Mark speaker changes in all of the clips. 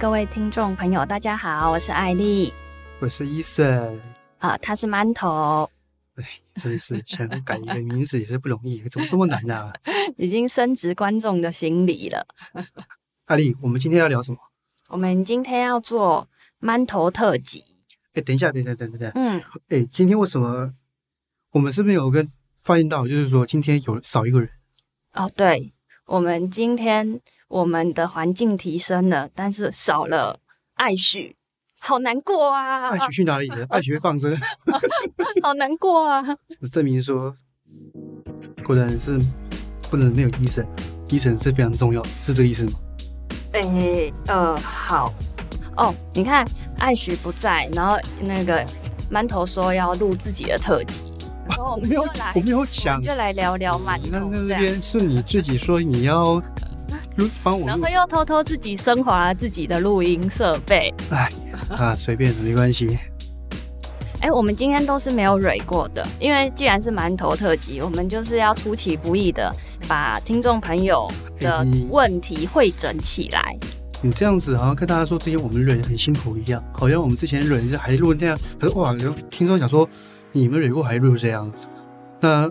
Speaker 1: 各位听众朋友，大家好，我是艾丽，
Speaker 2: 我是医生，
Speaker 1: 啊、他是馒头，
Speaker 2: 真是想改一个名字也是不容易，怎么这么难呢、啊？
Speaker 1: 已经深植观众的心里了。
Speaker 2: 艾丽，我们今天要聊什么？
Speaker 1: 我们今天要做馒头特辑，
Speaker 2: 哎，等一下，等一下，等一下，等一下，
Speaker 1: 嗯，
Speaker 2: 哎，今天为什么我们是不是有跟发现到，就是说今天有少一个人？
Speaker 1: 哦，对，我们今天我们的环境提升了，但是少了艾许，好难过啊，
Speaker 2: 艾雪去哪 里了？艾雪被放生，
Speaker 1: 好难过啊，
Speaker 2: 我证明说，果然是不能没有医生，医生是非常重要，是这个意思吗？
Speaker 1: 哎、呃，好，哦，你看艾许不在，然后那个馒头说要录自己的特辑，然后我们
Speaker 2: 没有
Speaker 1: 就来，
Speaker 2: 我没有
Speaker 1: 我
Speaker 2: 讲
Speaker 1: 们就来聊聊馒
Speaker 2: 嗯你那
Speaker 1: 头
Speaker 2: 那
Speaker 1: 这
Speaker 2: 那
Speaker 1: 样。
Speaker 2: 边是你自己说你 要录帮我
Speaker 1: 然
Speaker 2: 录
Speaker 1: 后又偷偷自己升华了自己的录音设备。
Speaker 2: 啊，随便没关系。
Speaker 1: 哎，我们今天都是没有蕊过的，因为既然是馒头特辑，我们就是要出其不意的把听众朋友的
Speaker 2: 哎你
Speaker 1: 问题汇整起来。
Speaker 2: 你这样子好像跟大家说之前我们忍很辛苦一样，好像我们之前忍还录那样，可是哇，有听众想说你们忍过还录这样子，那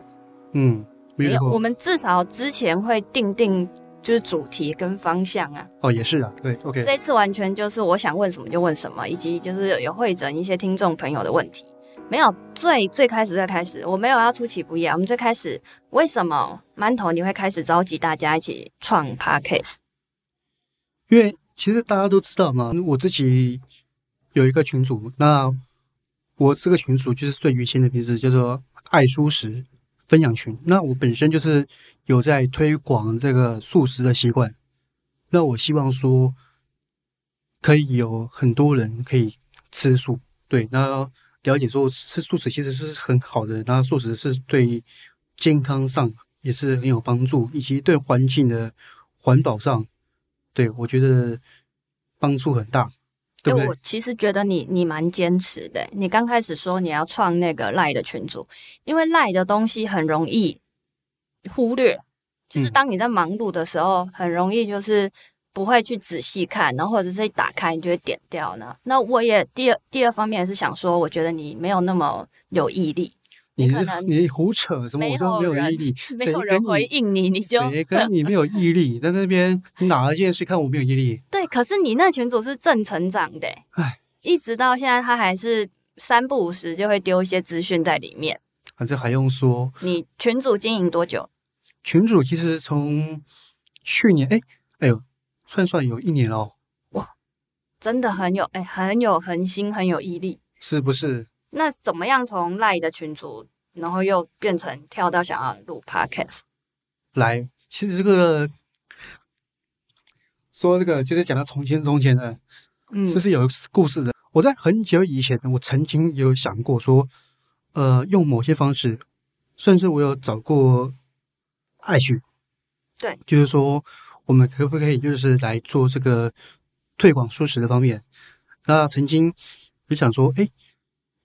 Speaker 2: 嗯没有忍
Speaker 1: 我
Speaker 2: 过
Speaker 1: 们至少之前会定定就是主题跟方向啊。
Speaker 2: 哦也是啊，对，OK，
Speaker 1: 这次完全就是我想问什么就问什么，以及就是有会诊一些听众朋友的问题。没有最最开始最开始，我没有要出其不意啊。我们最开始为什么馒头你会开始召集大家一起创 podcast？
Speaker 2: 因为其实大家都知道嘛，我自己有一个群组，那我这个群组就是最原先的名字叫做爱素食分享群。那我本身就是有在推广这个素食的习惯，那我希望说可以有很多人可以吃素，对，那了解说吃素食其实是很好的，那素食是对健康上也是很有帮助，以及对环境的环保上对，我觉得帮助很大，对不对
Speaker 1: 哎我？其实觉得你你蛮坚持的欸。你刚开始说你要创那个赖的群组，因为赖的东西很容易忽略，就是
Speaker 2: 嗯
Speaker 1: 当你在忙碌的时候，很容易就是不会去仔细看，然后或者是一打开你就会点掉呢。那我也第二第二方面是想说，我觉得你没有那么有毅力，
Speaker 2: 你
Speaker 1: 你可
Speaker 2: 是
Speaker 1: 能
Speaker 2: 你胡扯什么？
Speaker 1: 没
Speaker 2: 我说没
Speaker 1: 有
Speaker 2: 有
Speaker 1: 人
Speaker 2: 毅力，
Speaker 1: 没
Speaker 2: 谁
Speaker 1: 有人
Speaker 2: 跟
Speaker 1: 回
Speaker 2: 你
Speaker 1: 应你，你就
Speaker 2: 谁跟你没有毅力？在那边你哪一件事看我没有毅力？
Speaker 1: 对，可是你那群组是正成长的欸
Speaker 2: 唉，
Speaker 1: 一直到现在他还是三不五时就会丢一些资讯在里面。
Speaker 2: 反正还用说，
Speaker 1: 你群组经营多久？
Speaker 2: 群主其实从去年哎哎呦，算算有一年了哦，
Speaker 1: 真的很有哎、很有恒心，很有毅力。
Speaker 2: 是不是？
Speaker 1: 那怎么样从赖的群组，然后又变成跳到想要录 podcast？
Speaker 2: 来，其实这个说这个就是讲到从前从前的，
Speaker 1: 嗯
Speaker 2: 这是有故事的。我在很久以前，我曾经有想过说，呃，用某些方式，甚至我有找过爱许，
Speaker 1: 对，
Speaker 2: 就是说我们可不可以就是来做这个推广素食的方面？那曾经也想说，哎，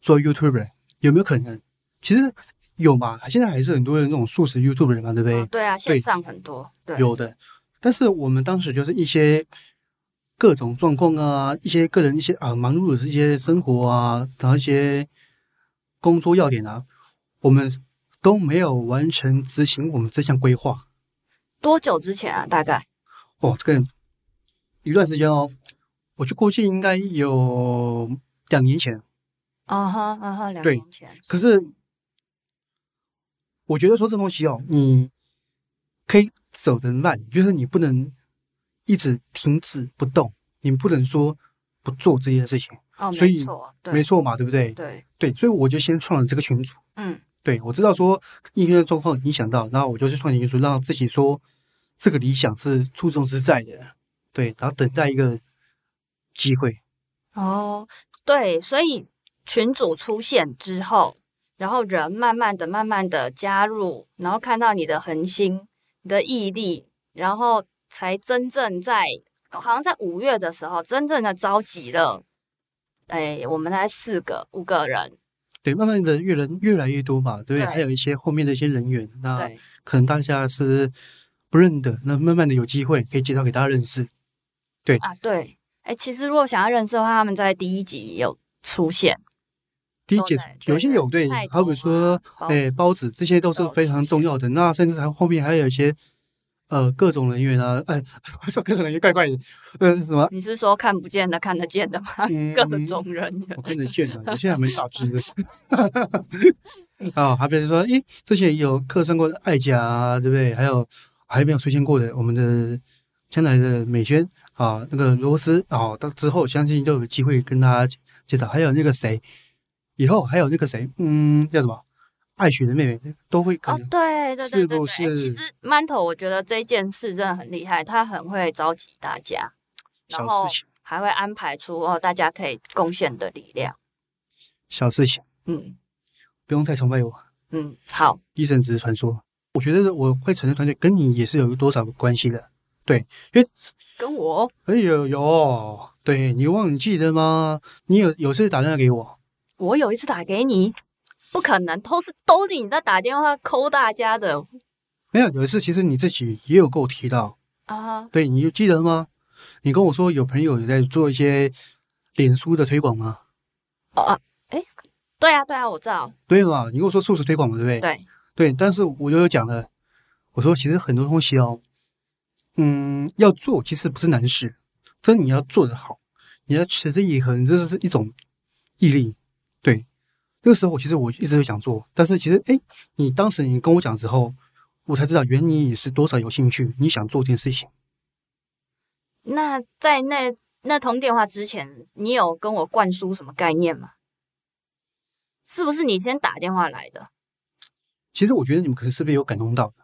Speaker 2: 做 YouTuber 有没有可能？其实有嘛，现在还是很多人那种素食 YouTuber 嘛，对不对？
Speaker 1: 哦对啊，线上很多，对，
Speaker 2: 有的。但是我们当时就是一些各种状况啊，一些个人一些啊忙碌的一些生活啊，然后一些工作要点啊，我们都没有完成执行我们这项规划。
Speaker 1: 多久之前啊？大概
Speaker 2: 哦，这个一段时间哦，我就估计应该有两年前。
Speaker 1: 啊哈啊哈，两
Speaker 2: 对
Speaker 1: 年前。
Speaker 2: 可是我觉得说这东西哦，你可以走得慢，就是你不能一直停止不动，你不能说不做这件事情，
Speaker 1: 哦，
Speaker 2: 所以
Speaker 1: 没错，对，
Speaker 2: 没错嘛，对不对？
Speaker 1: 对，
Speaker 2: 对，所以我就先创了这个群组。
Speaker 1: 嗯，
Speaker 2: 对我知道说医院的状况影响到，然后我就去创群组，让自己说这个理想是初衷是在的，对，然后等待一个机会。
Speaker 1: 哦，对，所以群主出现之后，然后人慢慢的、慢慢的加入，然后看到你的恒心、你的毅力，然后才真正在好像在五月的时候，真正的召集了，哎，我们大概四个、五个人，
Speaker 2: 对，慢慢的越人越来越多嘛，对不对？
Speaker 1: 对
Speaker 2: 还有一些后面的一些人员，那
Speaker 1: 对，
Speaker 2: 可能大家是不认得，那慢慢的有机会可以介绍给大家认识。
Speaker 1: 啊，对，哎，其实如果想要认识的话，他们在第一集也有出现。
Speaker 2: 第一解
Speaker 1: 都在
Speaker 2: 有些有
Speaker 1: 对
Speaker 2: 对
Speaker 1: 菜，头
Speaker 2: 好比说
Speaker 1: 啊
Speaker 2: 哎包子这些都是非常重要的。那甚至还后面还有一些呃各种人员啊，哎， 我说各种人员怪怪的，嗯、什么
Speaker 1: 你是说看不见的、看得见的吗？
Speaker 2: 嗯
Speaker 1: 各种人员
Speaker 2: 我跟着见了，有些还蛮大只的。 啊，还比如说，诶，之前也有客串过的艾佳、啊，对不对？还有还没有出现过的我们的将来的美萱啊，那个罗斯啊，到之后相信都有机会跟大家介绍。还有那个谁，以后还有那个谁，嗯，叫什么？艾雪的妹妹都会可
Speaker 1: 哦
Speaker 2: 能，
Speaker 1: 对对对
Speaker 2: 是
Speaker 1: 对
Speaker 2: 不
Speaker 1: 对。哎其
Speaker 2: 是
Speaker 1: 实馒头，我觉得这件事真的很厉害，他很会召集大家，
Speaker 2: 小
Speaker 1: 然
Speaker 2: 事
Speaker 1: 后
Speaker 2: 情，
Speaker 1: 还会安排出哦大家可以贡献的力量。
Speaker 2: 小事情，
Speaker 1: 嗯
Speaker 2: 不用太崇拜我。
Speaker 1: 嗯，好，
Speaker 2: 医生只是传说，我觉得我会成立团队跟你也是有多少关系的，对，因为
Speaker 1: 跟我
Speaker 2: 哎呦呦，对你忘记了吗？你有有事打电话给我，
Speaker 1: 我有一次打给你，不可能都是都是你在打电话抠大家的
Speaker 2: 没有？有一次其实你自己也有跟我提到，
Speaker 1: 啊。
Speaker 2: 对，你记得吗？你跟我说有朋友有在做一些脸书的推广吗？
Speaker 1: 对啊对啊，我知道。
Speaker 2: 对嘛？你跟我说素食推广嘛，对不对？
Speaker 1: 对
Speaker 2: 对，但是我就有讲了，我说其实很多东西哦，嗯，要做其实不是难事，但你要做得好，你要持之以恒，这是一种毅力。对，那个时候我其实我一直都想做，但是其实哎，你当时你跟我讲之后，我才知道原来你也是多少有兴趣，你想做这件事情。
Speaker 1: 那在那那通电话之前，你有跟我灌输什么概念吗？是不是你先打电话来的？
Speaker 2: 其实我觉得你们可能是被我感动到的。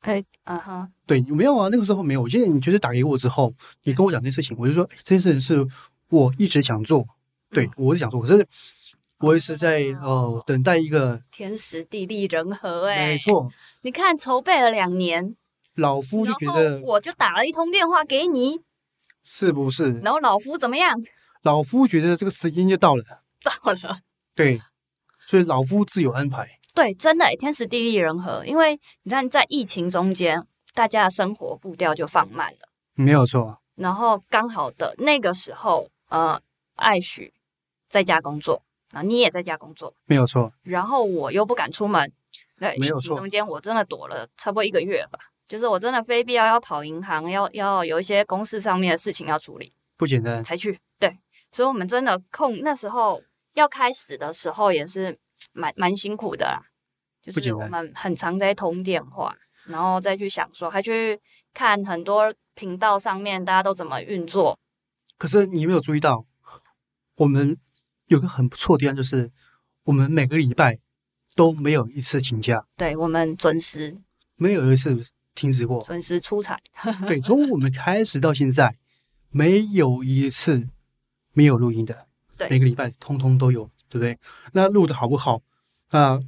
Speaker 1: 哎，嗯哼，
Speaker 2: 对，没有啊，那个时候没有。我记得你就是打给我之后，你跟我讲这件事情，我就说哎这件事情是我一直想做，对我是想做，可是我也是在
Speaker 1: 哦
Speaker 2: 呃等待一个，
Speaker 1: 天时地利人和、
Speaker 2: 没
Speaker 1: 哎，
Speaker 2: 错，
Speaker 1: 你看筹备了两年，
Speaker 2: 老夫就
Speaker 1: 然
Speaker 2: 觉
Speaker 1: 后
Speaker 2: 得
Speaker 1: 我就打了一通电话给你，
Speaker 2: 是不是？
Speaker 1: 然后老夫怎么样？
Speaker 2: 老夫觉得这个时间就到了，
Speaker 1: 到了。
Speaker 2: 对，所以老夫自有安排，
Speaker 1: 对，真的、欸、天时地利人和，因为你看在疫情中间，大家的生活步调就放慢了，
Speaker 2: 没有错，
Speaker 1: 然后刚好的那个时候，呃，艾许在家工作，啊，你也在家工作，
Speaker 2: 没有错，
Speaker 1: 然后我又不敢出门，对，
Speaker 2: 没
Speaker 1: 疫
Speaker 2: 有
Speaker 1: 情
Speaker 2: 错
Speaker 1: 中间我真的躲了差不多一个月吧，就是我真的非必要要跑银行，要要有一些公事上面的事情要处理，
Speaker 2: 不简单，
Speaker 1: 才去。对，所以我们真的空那时候要开始的时候也是蛮蛮辛苦的啦，就
Speaker 2: 不简
Speaker 1: 是
Speaker 2: 单
Speaker 1: 我们很常在通电话，然后再去想说，还去看很多频道上面大家都怎么运作。
Speaker 2: 可是你没有注意到，我们有个很不错的地方，就是我们每个礼拜都没有一次请假，
Speaker 1: 对我们准时
Speaker 2: 没有一次停止过。
Speaker 1: 准时出产，
Speaker 2: 对，从我们开始到现在，没有一次没有录音的，
Speaker 1: 对
Speaker 2: 每个礼拜通通都有，对不对？那录的好不好？啊、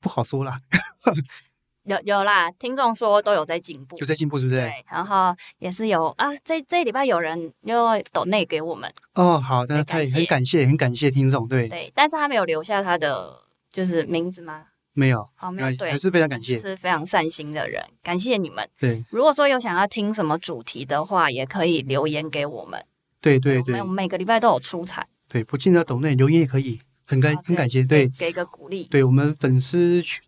Speaker 2: 不好说啦，
Speaker 1: 有有啦，听众说都有在进步
Speaker 2: 有。在进步，是不是？
Speaker 1: 对，然后也是有啊，这这礼拜有人又抖内给我们，
Speaker 2: 哦，好，那
Speaker 1: 很
Speaker 2: 他
Speaker 1: 感
Speaker 2: 也
Speaker 1: 谢
Speaker 2: 很感谢，很感谢听众，对，
Speaker 1: 对，但是他没有留下他的就是名字吗？
Speaker 2: 没有，
Speaker 1: 好，没
Speaker 2: 还
Speaker 1: 有，对，
Speaker 2: 还是非常感谢
Speaker 1: 是非常善心的人，感谢你们。
Speaker 2: 对，
Speaker 1: 如果说有想要听什么主题的话，也可以留言给我们。
Speaker 2: 对，对，
Speaker 1: 我们
Speaker 2: 对
Speaker 1: 我，们每个礼拜都有出产，
Speaker 2: 对，不进到抖内留言也可以，很感
Speaker 1: 好
Speaker 2: 很感谢，对，
Speaker 1: 给个鼓励。
Speaker 2: 对我们粉丝群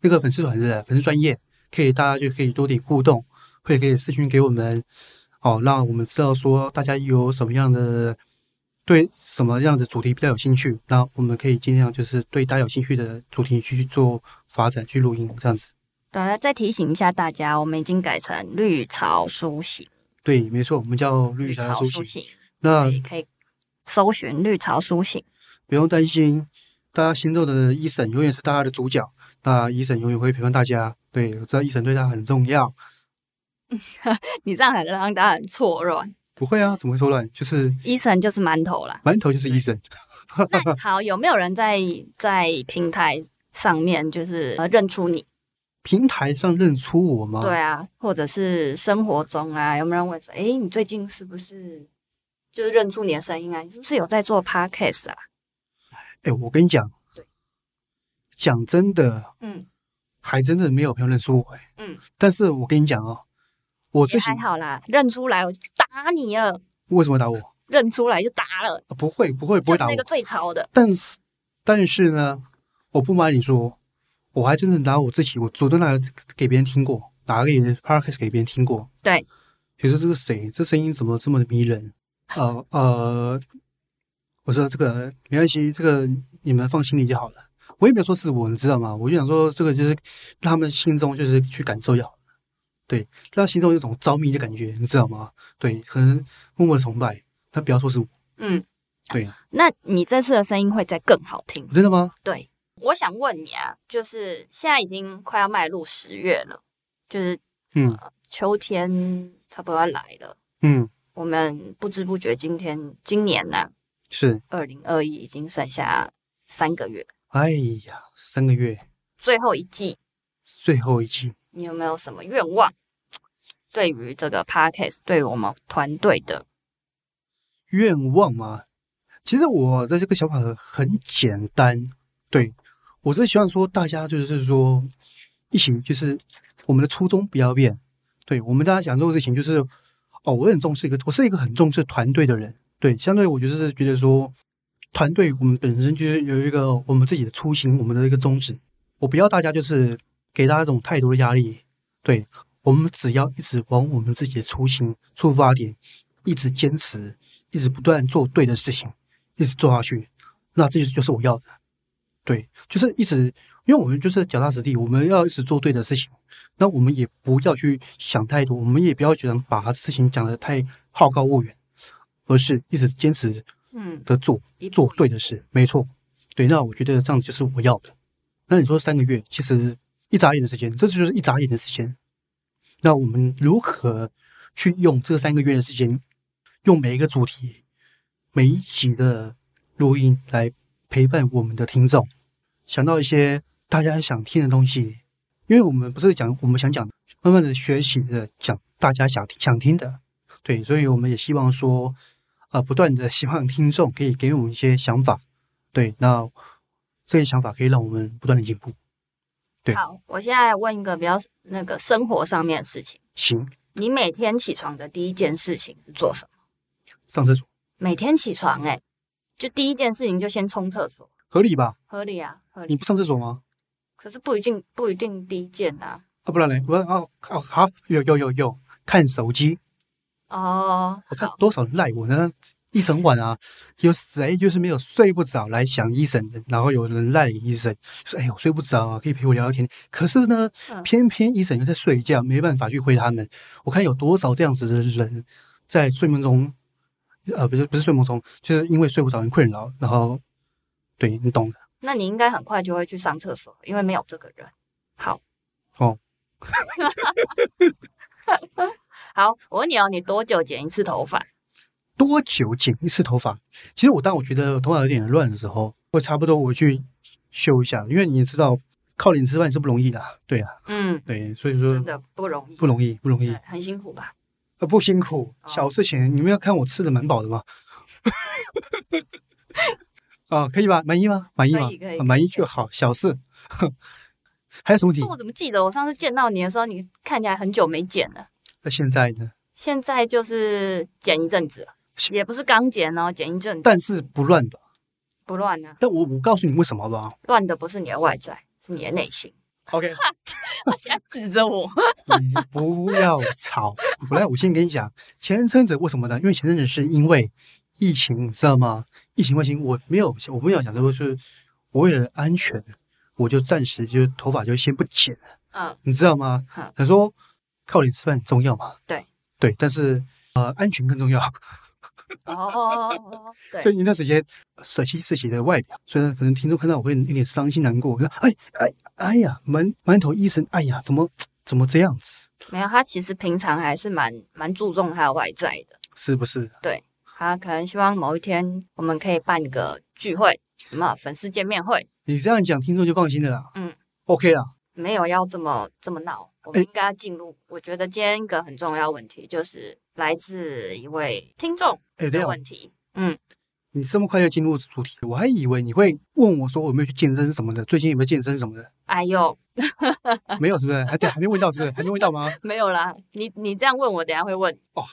Speaker 2: 那个粉丝团的粉丝专业，可以大家就可以多点互动，会可以私讯给我们，哦，让我们知道说大家有什么样的对什么样的主题比较有兴趣，那我们可以尽量就是对大家有兴趣的主题去做发展去录音这样子。
Speaker 1: 对，再提醒一下大家，我们已经改成绿潮书醒，
Speaker 2: 对，没错，我们叫绿茶
Speaker 1: 潮
Speaker 2: 书
Speaker 1: 书
Speaker 2: 信。
Speaker 1: 醒，
Speaker 2: 那
Speaker 1: 所以可以搜寻绿潮书醒。
Speaker 2: 不用担心，大家心中的医生永远是大家的主角，那医生永远会陪伴大家。对，我知道医生对他很重要。
Speaker 1: 你这样很让大家很错乱。
Speaker 2: 不会啊，怎么会说乱？就是。
Speaker 1: 医生就是馒头啦
Speaker 2: 馒头就是医生。啊
Speaker 1: 那好，有没有人在在平台上面就是呃认出你？
Speaker 2: 平台上认出我吗？
Speaker 1: 对，啊，或者是生活中啊，有没有人问说，诶，你最近是不是就是认出你的声音啊？你是不是有在做 podcast 啊？
Speaker 2: 哎，我跟你讲
Speaker 1: 对，
Speaker 2: 讲真的，
Speaker 1: 嗯，
Speaker 2: 还真的没有朋友认出我、哎，
Speaker 1: 嗯，
Speaker 2: 但是我跟你讲哦，我
Speaker 1: 也
Speaker 2: 最近
Speaker 1: 还好啦，认出来我就打你了。
Speaker 2: 为什么打我？
Speaker 1: 认出来就打了，
Speaker 2: 啊不会不会不
Speaker 1: 就
Speaker 2: 会
Speaker 1: 是
Speaker 2: 打我
Speaker 1: 那个，最潮的，
Speaker 2: 但是但是呢，我不瞒你说，我还真的拿我自己，我主动拿给别人听过，拿给 podcast 给别人听过。
Speaker 1: 对，
Speaker 2: 比如说这是谁？这声音怎么这么的迷人？呃呃，我说这个没关系，这个你们放心里就好了。我也没有说是我，你知道吗？我就想说，这个就是让他们心中就是去感受就好了。对，让他心中有一种着迷的感觉，你知道吗？对，可能默默地崇拜，但不要说是我。
Speaker 1: 嗯，
Speaker 2: 对，
Speaker 1: 那你这次的声音会再更好听。
Speaker 2: 真的吗？
Speaker 1: 对，我想问你啊，就是现在已经快要迈入十月了，就是呃
Speaker 2: 嗯
Speaker 1: 秋天差不多要来了。
Speaker 2: 嗯，
Speaker 1: 我们不知不觉今天今年啊呢、
Speaker 2: 是。
Speaker 1: 2二零二一已经剩下三个月，
Speaker 2: 哎呀，三个月
Speaker 1: 最后一季，
Speaker 2: 最后一季，
Speaker 1: 你有没有什么愿望？对于这个 podcast，对于我们团队的，
Speaker 2: 愿望嘛，其实我的这个想法很简单，对我是希望说大家就是说一起，就是我们的初衷不要变。对我们大家想做的事情就是，哦，我很重视一个，我是一个很重视团队的人。对，相对我就是觉得说，团队我们本身就是有一个我们自己的初心，我们的一个宗旨。我不要大家就是给大家这种太多的压力。对我们只要一直往我们自己的初心出发点，一直坚持，一直不断做对的事情，一直做下去，那这就是我要的。对，就是一直，因为我们就是脚踏实地，我们要一直做对的事情。那我们也不要去想太多，我们也不要想把事情讲得太好高骛远，而是一直坚持
Speaker 1: 嗯，
Speaker 2: 的做
Speaker 1: 一步
Speaker 2: 做对的事，没错。对，那我觉得这样就是我要的。那你说三个月，其实一眨眼的时间，这就是一眨眼的时间。那我们如何去用这三个月的时间，用每一个主题、每一集的录音来陪伴我们的听众，想到一些大家想听的东西？因为我们不是讲我们想讲的，慢慢的学习的讲大家想听想听的，对，所以我们也希望说，呃，不断的希望听众可以给我们一些想法，对，那这些想法可以让我们不断的进步。对
Speaker 1: 好，我现在问一个比较那个生活上面的事情，
Speaker 2: 行，
Speaker 1: 你每天起床的第一件事情是做什么？
Speaker 2: 上厕所
Speaker 1: 每天起床、欸，哎，就第一件事情就先冲厕所，
Speaker 2: 合理吧？
Speaker 1: 合理啊，合
Speaker 2: 你
Speaker 1: 理。
Speaker 2: 不上厕所吗？
Speaker 1: 可是不一定不一定第一件啊，
Speaker 2: 啊，不然嘞，不然啊，好、好，有有有有，看手机，
Speaker 1: 哦，
Speaker 2: 我看
Speaker 1: 好，
Speaker 2: 多少人赖我呢？一整晚啊，有谁就是没有睡不着来想医生的，然后有人赖医生说：“哎，我睡不着啊，可以陪我聊聊天。”可是呢，
Speaker 1: 嗯
Speaker 2: 偏偏医生又在睡觉，没办法去回他们。我看有多少这样子的人在睡梦中，呃，不是不是睡梦中，就是因为睡不着很困扰，然后对你懂的
Speaker 1: 那你应该很快就会去上厕所，因为没有这个人。好，
Speaker 2: 哦。
Speaker 1: 好，我问你哦，你多久剪一次头发？
Speaker 2: 多久剪一次头发？其实我当我觉得头发有点乱的时候，我差不多我去修一下，因为你也知道靠脸吃饭是不容易的啊，对啊，
Speaker 1: 嗯，
Speaker 2: 对，所以说
Speaker 1: 真的不容易，
Speaker 2: 不容易，不容易
Speaker 1: 对，，很辛苦吧？
Speaker 2: 呃，不辛苦，
Speaker 1: 哦
Speaker 2: 小事情。你们要看我吃的蛮饱的吗？ 啊，可以吧？满意吗？满意吗
Speaker 1: 可以可以？
Speaker 2: 啊满
Speaker 1: 可
Speaker 2: 意
Speaker 1: 以
Speaker 2: 就好，小事。 还有什么问题
Speaker 1: 那？我怎么记得我上次见到你的时候，你看起来很久没剪了？
Speaker 2: 那现在呢？
Speaker 1: 现在就是剪一阵子了，也不是刚剪哦，剪一阵子
Speaker 2: 但是不乱吧？
Speaker 1: 不乱呢、啊，
Speaker 2: 但我我告诉你为什么吧。
Speaker 1: 乱的不是你的外在，是你的内心。
Speaker 2: OK，
Speaker 1: 他 现在指着我，
Speaker 2: 你不要吵。我来，我先跟你讲，前阵子为什么呢？因为前阵子是因为疫情，你知道吗？疫情关系，我没有，我没有想说是，我为了安全，我就暂时就头发就先不剪了，
Speaker 1: 嗯，
Speaker 2: 你知道吗
Speaker 1: 好？
Speaker 2: 他说靠脸吃饭重要嘛？
Speaker 1: 对
Speaker 2: 对，但是呃，安全更重要。
Speaker 1: 哦，
Speaker 2: 所
Speaker 1: 对，
Speaker 2: 以那段时间舍弃自己的外表，虽然可能听众看到我会有点伤心难过，我说哎哎哎呀，馒馒头医生，哎呀，怎么怎么这样子？
Speaker 1: 没有，他其实平常还是蛮蛮注重他的外在的。
Speaker 2: 是不是？
Speaker 1: 他可能希望某一天我们可以办一个聚会，什么粉丝见面会，
Speaker 2: 你这样讲，听众就放心了啦。
Speaker 1: 嗯
Speaker 2: ，OK 啦，
Speaker 1: 没有要这么这么闹。我们应该要进入，我觉得今天一个很重要问题就是来自一位听众
Speaker 2: 哎等一
Speaker 1: 的
Speaker 2: 下
Speaker 1: 问题。嗯，
Speaker 2: 你这么快就进入主题，我还以为你会问我说我有没有去健身什么的，最近有没有健身什么的？
Speaker 1: 哎呦，啊
Speaker 2: 没有，是不是？还对，还没问到，是不是？还没问到吗？
Speaker 1: 没有啦，你你这样问我，等一下会问。
Speaker 2: 哦，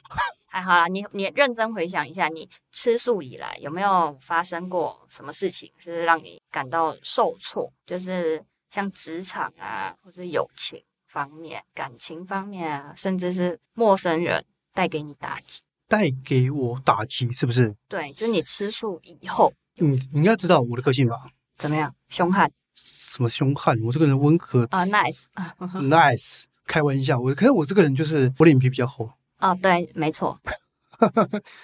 Speaker 1: 还好啦，你你认真回想一下，你吃素以来有没有发生过什么事情，就是让你感到受挫？就是像职场啊，或者友情方面、感情方面啊，甚至是陌生人带给你打击。
Speaker 2: 带给我打击，是不是？
Speaker 1: 对，就是你吃素以后
Speaker 2: 你你应该知道我的个性吧？
Speaker 1: 怎么样？凶悍
Speaker 2: 什么凶悍？我这个人温和、
Speaker 1: 啊、n i c e
Speaker 2: nice，开玩笑。我可是我这个人就是我脸皮比较厚，
Speaker 1: 啊，对，没错，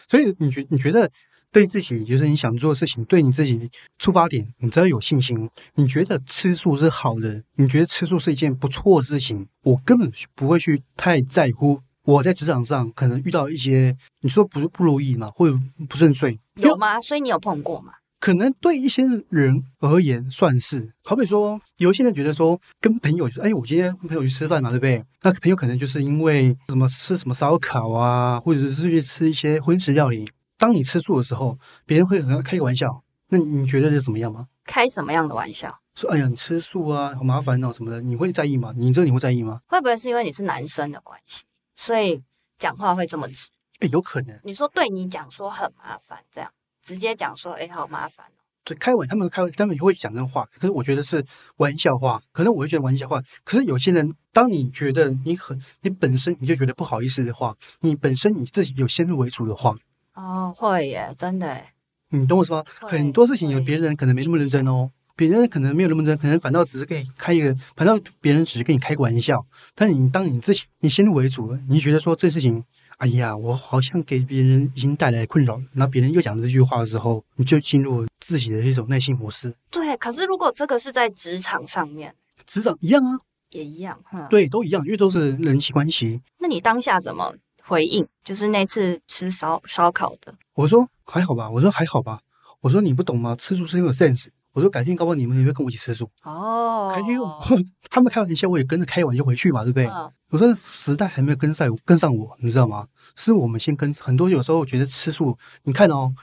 Speaker 2: 所以你觉你觉得对自己就是你想做的事情，对你自己出发点，你只要有信心，你觉得吃素是好的，你觉得吃素是一件不错的事情，我根本不会去太在乎。我在职场上可能遇到一些你说不不如意嘛，或者不顺遂，
Speaker 1: 有吗？所以你有碰过吗？
Speaker 2: 可能对一些人而言算是，好比说，有一些人觉得说，跟朋友，哎，我今天跟朋友去吃饭嘛，对不对？那朋友可能就是因为什么吃什么烧烤啊，或者是去吃一些荤食料理。当你吃素的时候，别人会可能开个玩笑，那你觉得是怎么样吗？
Speaker 1: 开什么样的玩笑？
Speaker 2: 说，哎呀，你吃素啊，好麻烦哦什么的，你会在意吗？你这个你会在意吗？
Speaker 1: 会不会是因为你是男生的关系，所以讲话会这么直？
Speaker 2: 哎，有可能，
Speaker 1: 你说对你讲说很麻烦，这样直接讲说，哎、好麻烦哦。
Speaker 2: 对，开玩他们开玩，他们也会讲这种话，可是我觉得是玩笑话，可能我会觉得玩笑话。可是有些人，当你觉得你很，你本身你就觉得不好意思的话，你本身你自己有先入为主的话，
Speaker 1: 哦，会耶，真的耶。
Speaker 2: 你懂我什么？
Speaker 1: 会
Speaker 2: 很多事情有
Speaker 1: 会
Speaker 2: 别人可能没那么认真哦，别人可能没有那么认真，可能反倒只是给你开一个，反倒别人只是跟你开个玩笑。但你当你自己你先入为主了，你觉得说这事情，哎呀，我好像给别人已经带来困扰了，然后别人又讲这句话的时候，你就进入自己的一种内心模式。
Speaker 1: 对，可是如果这个是在职场上面，
Speaker 2: 职场一样啊，
Speaker 1: 也一样。哼，
Speaker 2: 对，都一样，因为都是人际关系。
Speaker 1: 那你当下怎么回应？就是那次吃烧烧烤的，
Speaker 2: 我说还好吧，我说还好吧，我说你不懂吗？吃素是很有 sense。我说改天搞不好你们也会跟我一起吃素。
Speaker 1: 哦
Speaker 2: 开因为我 他们开玩笑，我也跟着开玩笑回去嘛，对不对？
Speaker 1: 嗯
Speaker 2: 我说时代还没有跟上跟上我，你知道吗？是我们先跟很多有时候觉得吃素，你看哦，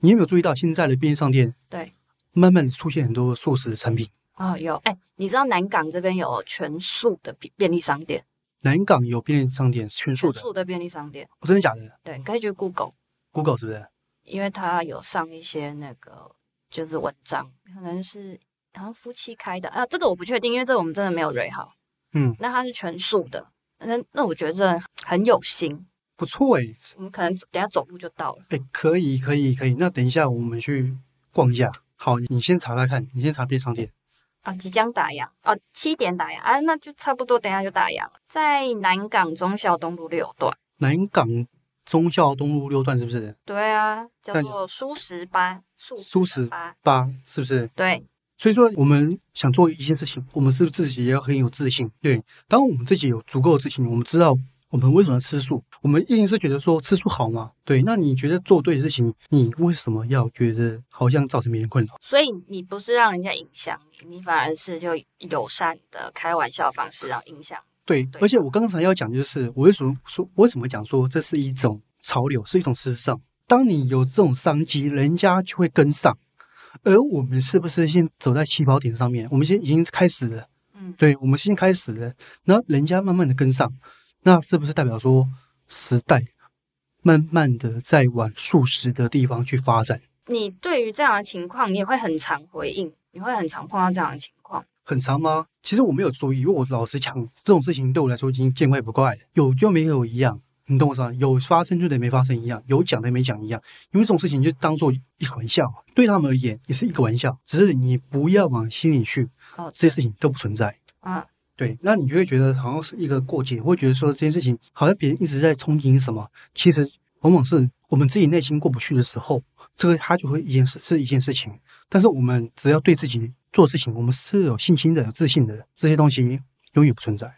Speaker 2: 你有没有注意到现在的便利商店
Speaker 1: 对，
Speaker 2: 慢慢出现很多素食的产品？
Speaker 1: 哦，有，哎、你知道南港这边有全素的便便利商店，
Speaker 2: 南港有便利商店全素
Speaker 1: 全
Speaker 2: 的，
Speaker 1: 素的便利商店，
Speaker 2: 哦真的假的
Speaker 1: 对，你可以去 Google，
Speaker 2: ？Google 是不是？
Speaker 1: 因为它有上一些那个就是文章，可能是好像夫妻开的啊，这个我不确定，因为这个我们真的没有蕊好。
Speaker 2: 嗯，
Speaker 1: 那它是全素的，那那我觉得这很有心，
Speaker 2: 不错诶、
Speaker 1: 我们可能等一下走路就到了。
Speaker 2: 哎，可以，可以，可以。那等一下我们去逛一下。好，你先查查看，你先查便利商店。
Speaker 1: 啊，即将打烊哦，七点打烊啊，那就差不多，等一下就打烊了，在南港忠孝东路六段。
Speaker 2: 南港忠孝东路六段是不是？
Speaker 1: 对啊，叫
Speaker 2: 在
Speaker 1: 做舒十八，素
Speaker 2: 舒适
Speaker 1: 八，
Speaker 2: 八是不是？
Speaker 1: 对，
Speaker 2: 所以说，我们想做一件事情，我们是不是自己也要很有自信？对，当我们自己有足够的自信，我们知道我们为什么要吃素，我们一定是觉得说吃素好嘛？对，那你觉得做对的事情，你为什么要觉得好像造成别人困扰？
Speaker 1: 所以你不是让人家影响你，你反而是就友善的开玩笑方式让影响。
Speaker 2: 对，
Speaker 1: 对
Speaker 2: 而且我刚才要讲就是，我为什么说，我为什么讲说这是一种潮流，是一种时尚？当你有这种商机，人家就会跟上。而我们是不是先走在起跑点上面？我们先已经开始了，
Speaker 1: 嗯，
Speaker 2: 对，我们先开始了，然后人家慢慢的跟上，那是不是代表说时代慢慢的在往素食的地方去发展？
Speaker 1: 你对于这样的情况，你也会很常回应，你会很常碰到这样的情况。
Speaker 2: 很长吗？其实我没有注意，因为我老实讲，这种事情对我来说已经见怪不怪了，有就没有一样，你懂我啥？有发生就得没发生一样，有讲的没讲一样，因为这种事情就当做一个玩笑，对他们而言也是一个玩笑，只是你不要往心里去，
Speaker 1: 哦，
Speaker 2: 这些事情都不存在。
Speaker 1: 嗯，
Speaker 2: 对，那你就会觉得好像是一个过节，会觉得说这件事情好像别人一直在憧憬什么，其实往往是我们自己内心过不去的时候，这个它就会一件事是一件事情。但是我们只要对自己做事情，我们是有信心的、有自信的，这些东西永远不存在。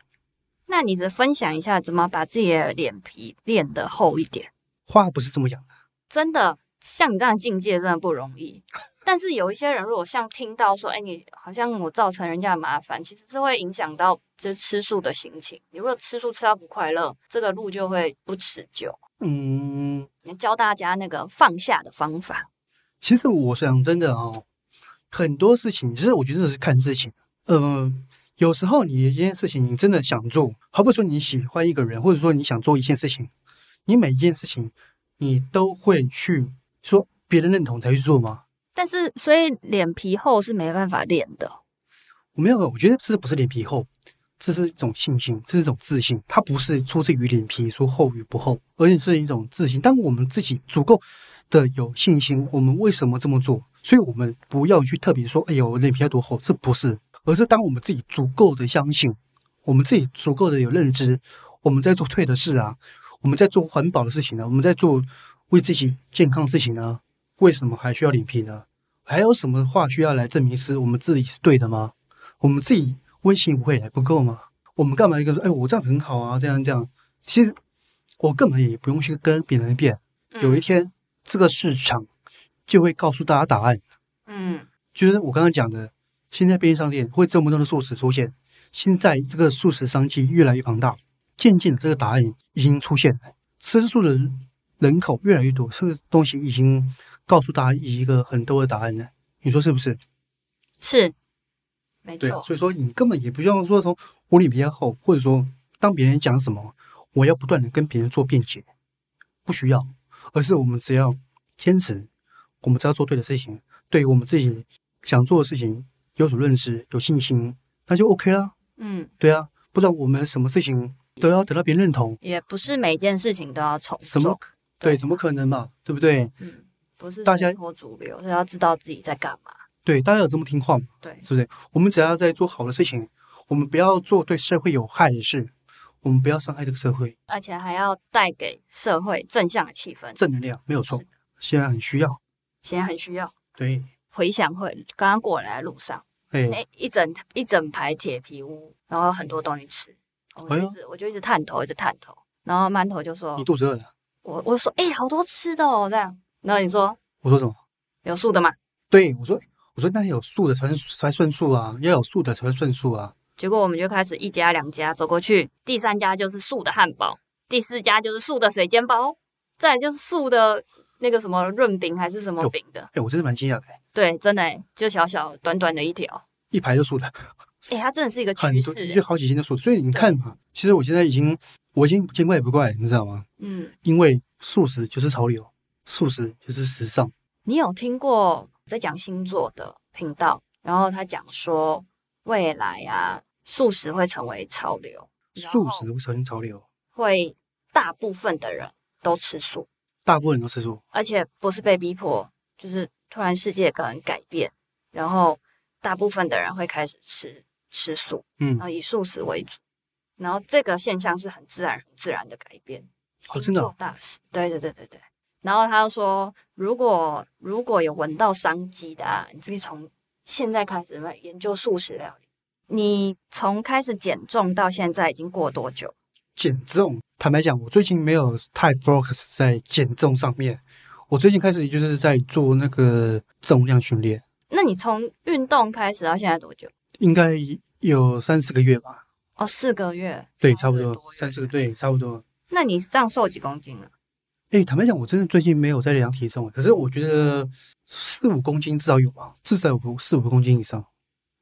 Speaker 1: 那你只分享一下怎么把自己的脸皮练得厚一点。
Speaker 2: 话不是这么讲的，
Speaker 1: 真的像你这样的境界真的不容易。但是有一些人，如果像听到说，哎、你好像我造成人家的麻烦，其实是会影响到就是吃素的心情。你如果吃素吃到不快乐，这个路就会不持久。
Speaker 2: 嗯，
Speaker 1: 你教大家那个放下的方法，
Speaker 2: 其实我想真的哦，很多事情，其实我觉得是看事情。呃，有时候你一件事情你真的想做，好比说你喜欢一个人，或者说你想做一件事情，你每一件事情你都会去说别人认同才去做吗？
Speaker 1: 但是所以脸皮厚是没办法练的。
Speaker 2: 我没有，我觉得这不是脸皮厚，这是一种信心，这是一种自信，它不是出自于脸皮说厚与不厚，而且是一种自信。当我们自己足够的有信心，我们为什么这么做？所以我们不要去特别说，哎呦，我脸皮要多厚，这不是，而是当我们自己足够的相信，我们自己足够的有认知，我们在做对的事啊，我们在做环保的事情呢、我们在做为自己健康的事情呢、为什么还需要脸皮呢？还有什么话需要来证明是我们自己是对的吗？我们自己温习无悔还不够吗？我们干嘛一个说，哎，我这样很好啊，这样这样？其实我根本也不用去跟别人辩，
Speaker 1: 嗯
Speaker 2: 有一天这个市场就会告诉大家答案。
Speaker 1: 嗯
Speaker 2: 就是我刚刚讲的，现在便利商店会这么多的素食出现，现在这个素食商机越来越庞大，渐渐的这个答案已经出现了，吃素的人口越来越多，这个东西已经告诉大家一个很多的答案了，你说是不是？
Speaker 1: 是，没
Speaker 2: 对啊，
Speaker 1: 错，
Speaker 2: 所以说你根本也不用说从我脸皮较厚，或者说当别人讲什么，我要不断的跟别人做辩解，不需要，而是我们只要坚持，我们只要做对的事情，对于我们自己想做的事情有所认知、有信心，那就 OK 啦。
Speaker 1: 嗯，
Speaker 2: 对啊，不然我们什么事情都要得到别人认同，
Speaker 1: 也不是每件事情都要重
Speaker 2: 什
Speaker 1: 做，
Speaker 2: 么对，怎么可能嘛？对不对？
Speaker 1: 嗯，不是
Speaker 2: 大家
Speaker 1: 随波逐流，是要知道自己在干嘛。
Speaker 2: 对，大家有这么听话吗？
Speaker 1: 对，
Speaker 2: 是不是？我们只要在做好的事情，我们不要做对社会有害的事，我们不要伤害这个社会。
Speaker 1: 而且还要带给社会正向的气氛，
Speaker 2: 正能量，没有错
Speaker 1: 是，
Speaker 2: 现在很需要。
Speaker 1: 现在很需要。
Speaker 2: 对，
Speaker 1: 回想会，刚刚过来的路上，
Speaker 2: 哎、
Speaker 1: 那一整一整排铁皮屋，然后很多东西吃，我
Speaker 2: 哎
Speaker 1: 就
Speaker 2: 呦嗯
Speaker 1: 一直、我就一直探头，一直探头，然后馒头就说
Speaker 2: 你，肚子饿了？
Speaker 1: 我我说哎、好多吃的哦，这样，然后你说
Speaker 2: 我说什么？
Speaker 1: 有素的吗？
Speaker 2: 对，我说，我说那有素的才算才算数啊，要有素的才算算数啊。
Speaker 1: 结果我们就开始一家两家走过去，第三家就是素的汉堡，第四家就是素的水煎包，再来就是素的那个什么润饼还是什么
Speaker 2: 哟
Speaker 1: 饼的，
Speaker 2: 哎、我真的蛮惊讶的、
Speaker 1: 对，真的、欸、就小小短短的一条，
Speaker 2: 一排就 素的，
Speaker 1: 哎、它真的是一个
Speaker 2: 很
Speaker 1: 趋势、
Speaker 2: 多
Speaker 1: 欸
Speaker 2: 就好几斤的素。所以你看嘛，其实我现在已经，我已经见怪不怪，你知道吗？
Speaker 1: 嗯，
Speaker 2: 因为素食就是潮流，素食就是时尚。
Speaker 1: 你有听过在讲星座的频道，然后他讲说未来啊，素食会成为潮流，然后
Speaker 2: 素食会成为潮流，
Speaker 1: 会大部分的人都吃素，
Speaker 2: 大部分人都吃素。
Speaker 1: 而且不是被逼迫，就是突然世界可能改变，然后大部分的人会开始吃吃素，
Speaker 2: 嗯
Speaker 1: 然，后以素食为主，然后这个现象是很自然、很自然的改变。
Speaker 2: 哦真的哦
Speaker 1: 星座大师，对对对对对。然后他又说，如果如果有闻到商机的、啊，你可以从现在开始来研究素食料理。你从开始减重到现在已经过多久？
Speaker 2: 减重，坦白讲，我最近没有太 focus 在减重上面。我最近开始就是在做那个重量训练。
Speaker 1: 那你从运动开始到现在多久？
Speaker 2: 应该有三四个月吧，
Speaker 1: 哦，四个月。
Speaker 2: 哦对，差
Speaker 1: 三
Speaker 2: 不
Speaker 1: 个
Speaker 2: 多
Speaker 1: 月
Speaker 2: 三四个，对，差不多。
Speaker 1: 那你这样瘦几公斤啊了？
Speaker 2: 哎，坦白讲，我真的最近没有在量体重，可是我觉得四五公斤至少有吧，至少有四五公斤以上，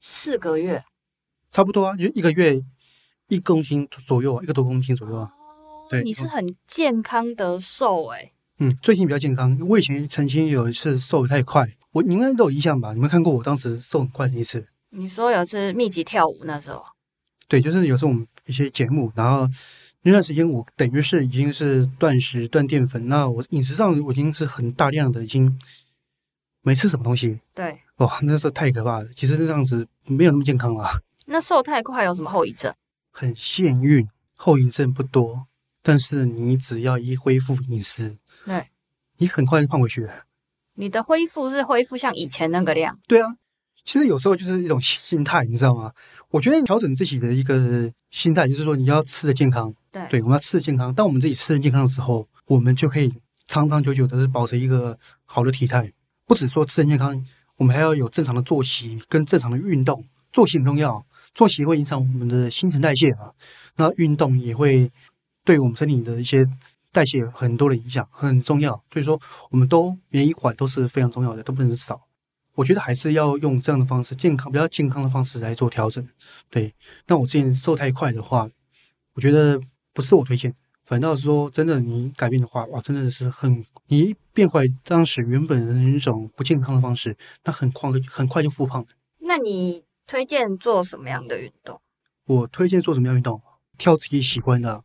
Speaker 1: 四个月。
Speaker 2: 差不多啊，就一个月一公斤左右啊，一个多公斤左右啊。
Speaker 1: 哦
Speaker 2: 对
Speaker 1: 你是很健康的瘦哎、
Speaker 2: 嗯，最近比较健康。我以前曾经有一次瘦的太快，我你应该都有印象吧？你们看过我当时瘦很快的一次？
Speaker 1: 你说有一次密集跳舞那时候，
Speaker 2: 对，就是有时候我们一些节目，然后那段时间我等于是已经是断食、断淀粉，那我饮食上我已经是很大量的，已经没吃什么东西，
Speaker 1: 对，
Speaker 2: 哇，那时候太可怕了。其实这样子没有那么健康啦，
Speaker 1: 那瘦太快有什么后遗症？
Speaker 2: 很幸运，后遗症不多，但是你只要一恢复饮食，
Speaker 1: 对，
Speaker 2: 你很快就胖回去了。
Speaker 1: 你的恢复是恢复像以前那个量，
Speaker 2: 对啊，其实有时候就是一种心心态，你知道吗？我觉得调整自己的一个心态，就是说你要吃的健康，
Speaker 1: 对
Speaker 2: 对，我们要吃的健康。当我们自己吃的健康的时候，我们就可以长长久久的保持一个好的体态。不只说吃的健康，我们还要有正常的作息跟正常的运动。作息很重要，作息会影响我们的新陈代谢啊。那运动也会对我们身体的一些代谢有很多的影响，很重要。所以说，我们都每一款都是非常重要的，都不能少。我觉得还是要用这样的方式，健康比较健康的方式来做调整。对，那我之前瘦太快的话，我觉得不是我推荐，反倒是说，真的你改变的话，哇，真的是很你变回当时原本的那种不健康的方式，那很快很快就复胖了。
Speaker 1: 那你推荐做什么样的运动？
Speaker 2: 我推荐做什么样的运动？跳自己喜欢的啊，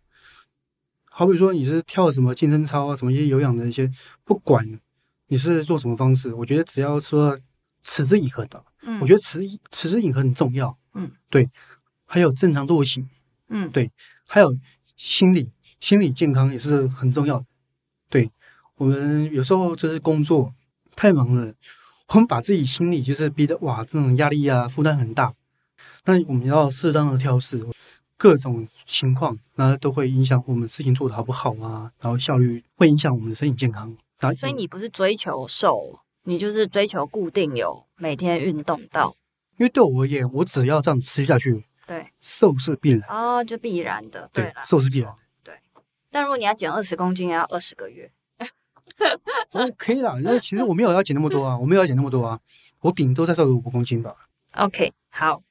Speaker 2: 好比说你是跳什么健身操啊，什么一些有氧的一些，不管你是做什么方式，我觉得只要说持之以恒的，
Speaker 1: 嗯
Speaker 2: 我觉得持持之以恒很重要。
Speaker 1: 嗯，
Speaker 2: 对，还有正常作息，
Speaker 1: 嗯
Speaker 2: 对还有心理心理健康也是很重要的。对我们有时候就是工作太忙了，我们把自己心里就是逼得哇，这种压力啊负担很大。那我们要适当的调试，各种情况那都会影响我们事情做得好不好啊，然后效率会影响我们的身体健康。然后
Speaker 1: 所以你不是追求瘦，你就是追求固定有每天运动到，
Speaker 2: 因为对我而言，我只要这样吃下去，
Speaker 1: 对，
Speaker 2: 瘦是必然，
Speaker 1: 哦，就必然的，对啦。
Speaker 2: 瘦 是必然。
Speaker 1: 但如果你要减二十公斤，要二十个月，
Speaker 2: OK 啦，那其实我没有要减那么多啊，我没有要减那么多啊，我顶多再瘦个五公斤吧。
Speaker 1: OK，好，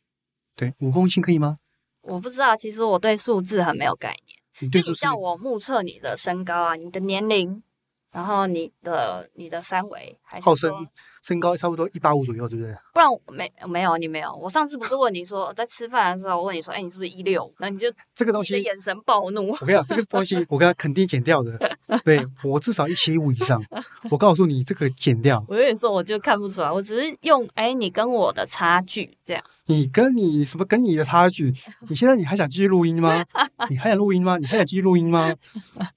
Speaker 2: 对，五公斤可以吗？
Speaker 1: 我不知道，其实我对数字很没有概念。
Speaker 2: 你
Speaker 1: 就
Speaker 2: 对
Speaker 1: 你
Speaker 2: 数字
Speaker 1: 叫我目测你的身高啊，你的年龄，然后你的你的三围，还
Speaker 2: 号
Speaker 1: 是
Speaker 2: 身
Speaker 1: 说，
Speaker 2: 身高差不多一八五左右，对不对？
Speaker 1: 不然我没没有你没有。我上次不是问你说，在吃饭的时候，我问你说，哎、你是不是一六？然后你就
Speaker 2: 这个东
Speaker 1: 你的
Speaker 2: 西，
Speaker 1: 眼神暴怒，
Speaker 2: 我跟你讲，这个东西我跟他肯定减掉 的。对我至少一七五以上，我告诉你，这个减掉，
Speaker 1: 我跟你说，我就看不出来，我只是用哎、你跟我的差距这样。
Speaker 2: 你跟你什么跟你的差距，你现在你还想继续录音吗？你还想录音吗？你还想继续录音吗？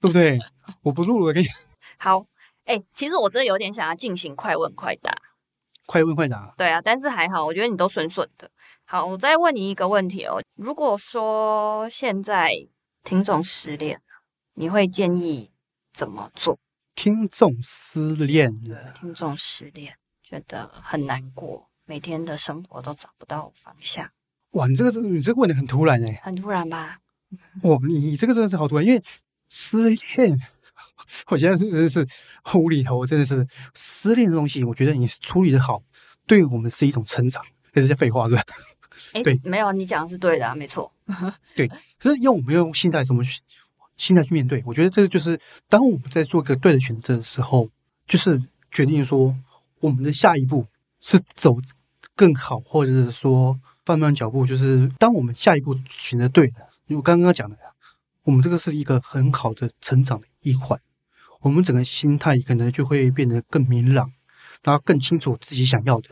Speaker 2: 对不对？我不录了，给你
Speaker 1: 好，哎、其实我真的有点想要进行快问快答，
Speaker 2: 快问快答。
Speaker 1: 对啊，但是还好，我觉得你都顺顺的。好，我再问你一个问题哦，如果说现在听众失恋了，你会建议怎么做？
Speaker 2: 听众失恋了，
Speaker 1: 听众失恋，觉得很难过，每天的生活都找不到方向，
Speaker 2: 哇，你这个你这个问的很突然哎、
Speaker 1: 很突然吧？
Speaker 2: 哇，你这个真的是好突然，因为失恋， 我现在真的是无厘头，真的是失恋的东西，我觉得你处理的好，对我们是一种成长。这是些废话，是吧？
Speaker 1: 哎、
Speaker 2: 对
Speaker 1: 没有，你讲的是对的、啊，没错。
Speaker 2: 可是要我们要用心态怎么去心态去面对？我觉得这个就是当我们在做一个对的选择的时候，就是决定说我们的下一步是走更好，或者是说放慢脚步。就是当我们下一步选择对的，我刚刚讲的，我们这个是一个很好的成长的一环，我们整个心态可能就会变得更明朗，然后更清楚自己想要的，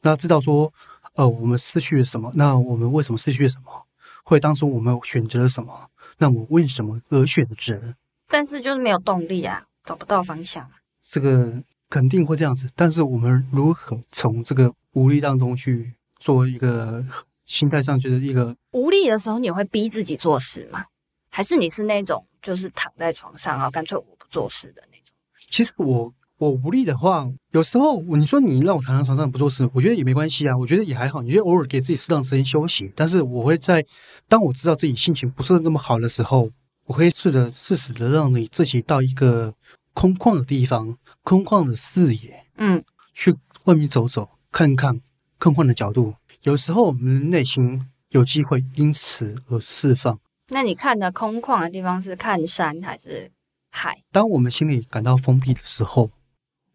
Speaker 2: 那知道说，呃，我们失去了什么，那我们为什么失去了什么，或者当初我们选择了什么，那我们为什么而选择？
Speaker 1: 但是就是没有动力啊，找不到方向啊。
Speaker 2: 这个肯定会这样子，但是我们如何从这个无力当中去做一个心态上就是一个
Speaker 1: 无力的时候，你会逼自己做事吗？还是你是那种就是躺在床上啊，干脆我不做事的那种？
Speaker 2: 其实我我无力的话，有时候你说你让我躺在床上不做事，我觉得也没关系啊，我觉得也还好，你就偶尔给自己适当时间休息。但是我会在当我知道自己心情不是那么好的时候，我会试着适时的让你自己到一个空旷的地方、空旷的视野
Speaker 1: 嗯，
Speaker 2: 去外面走走，看看空旷的角度。有时候我们内心有机会因此而释放。
Speaker 1: 那你看的空旷的地方是看山还是海？
Speaker 2: 当我们心里感到封闭的时候，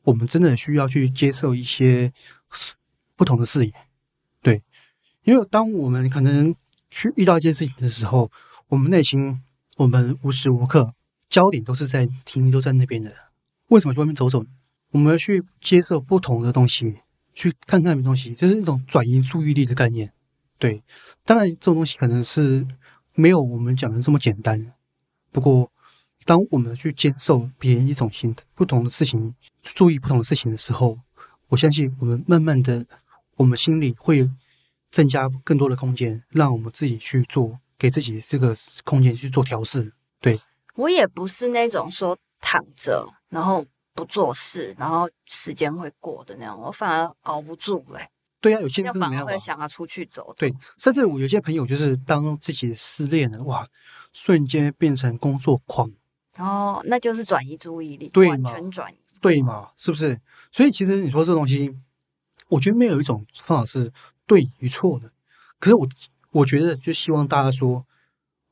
Speaker 2: 我们真的需要去接受一些视不同的视野。对，因为当我们可能去遇到一件事情的时候，我们内心，我们无时无刻焦点都是在停留都在那边的。为什么去外面走走呢？我们要去接受不同的东西，去看看东西，这是一种转移注意力的概念。对，当然这种东西可能是没有我们讲的这么简单，不过当我们去接受别人一种心不同的事情，注意不同的事情的时候，我相信我们慢慢的，我们心里会增加更多的空间，让我们自己去做，给自己这个空间去做调试。对，
Speaker 1: 我也不是那种说躺着然后不做事，然后时间会过的那种，我反而熬不住哎、
Speaker 2: 对啊呀、有些
Speaker 1: 要
Speaker 2: 人真的
Speaker 1: 反
Speaker 2: 没
Speaker 1: 而
Speaker 2: 办
Speaker 1: 会
Speaker 2: 法。
Speaker 1: 想要出去走走。
Speaker 2: 对，甚至我有些朋友就是当自己失恋了，哇，瞬间变成工作狂，
Speaker 1: 哦，那就是转移注意力，
Speaker 2: 对
Speaker 1: 完
Speaker 2: 嘛
Speaker 1: 全转移。
Speaker 2: 对嘛？是不是？所以其实你说这东西，我觉得没有一种方法是对与错的。可是我我觉得，就希望大家说，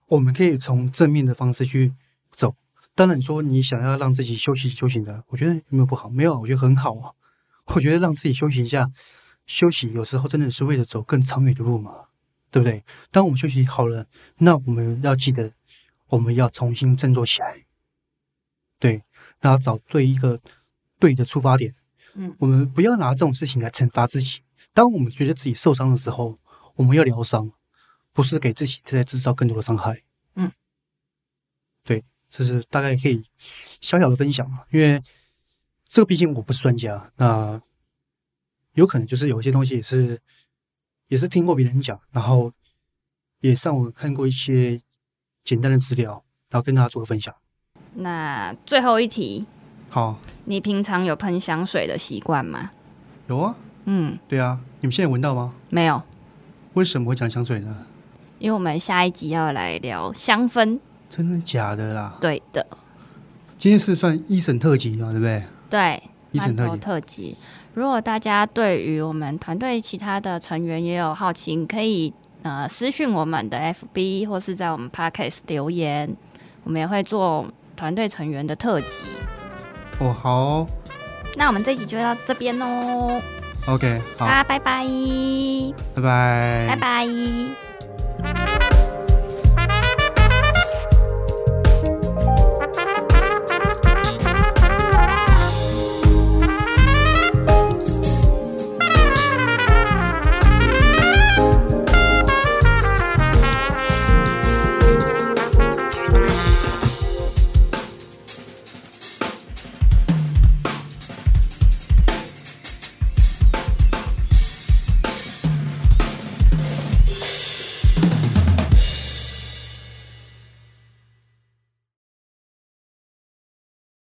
Speaker 2: 我们可以从正面的方式去走。当然，你说你想要让自己休息休息的，我觉得有没有不好？没有，我觉得很好啊。我觉得让自己休息一下，休息有时候真的是为了走更长远的路嘛，对不对？当我们休息好了，那我们要记得，我们要重新振作起来。对，那找对一个对的出发点。
Speaker 1: 嗯，
Speaker 2: 我们不要拿这种事情来惩罚自己。当我们觉得自己受伤的时候，我们要疗伤，不是给自己在制造更多的伤害。
Speaker 1: 嗯，
Speaker 2: 对，这是大概可以小小的分享嘛，因为这个毕竟我不是专家，那有可能就是有一些东西也是也是听过别人讲，然后也上网看过一些简单的资料，然后跟大家做个分享。
Speaker 1: 那最后一题，
Speaker 2: 好，
Speaker 1: 你平常有喷香水的习惯吗？
Speaker 2: 有啊，
Speaker 1: 嗯，
Speaker 2: 对啊，你们现在闻到吗？
Speaker 1: 没有，
Speaker 2: 为什么会讲香水呢？
Speaker 1: 因为我们下一集要来聊香氛，
Speaker 2: 真的假的啦？
Speaker 1: 对的，
Speaker 2: 今天是算一审特辑嘛，对不对？
Speaker 1: 对，
Speaker 2: 一审
Speaker 1: 馒
Speaker 2: 特
Speaker 1: 头
Speaker 2: 辑，
Speaker 1: 特辑。如果大家对于我们团队其他的成员也有好奇，你可以呃私讯我们的 FB 或是在我们 Podcast 留言，我们也会做团队成员的特辑。
Speaker 2: 哦，好哦
Speaker 1: 那我们这集就到这边喽，
Speaker 2: ，OK，好，
Speaker 1: 大家拜拜，
Speaker 2: 拜拜，
Speaker 1: 拜拜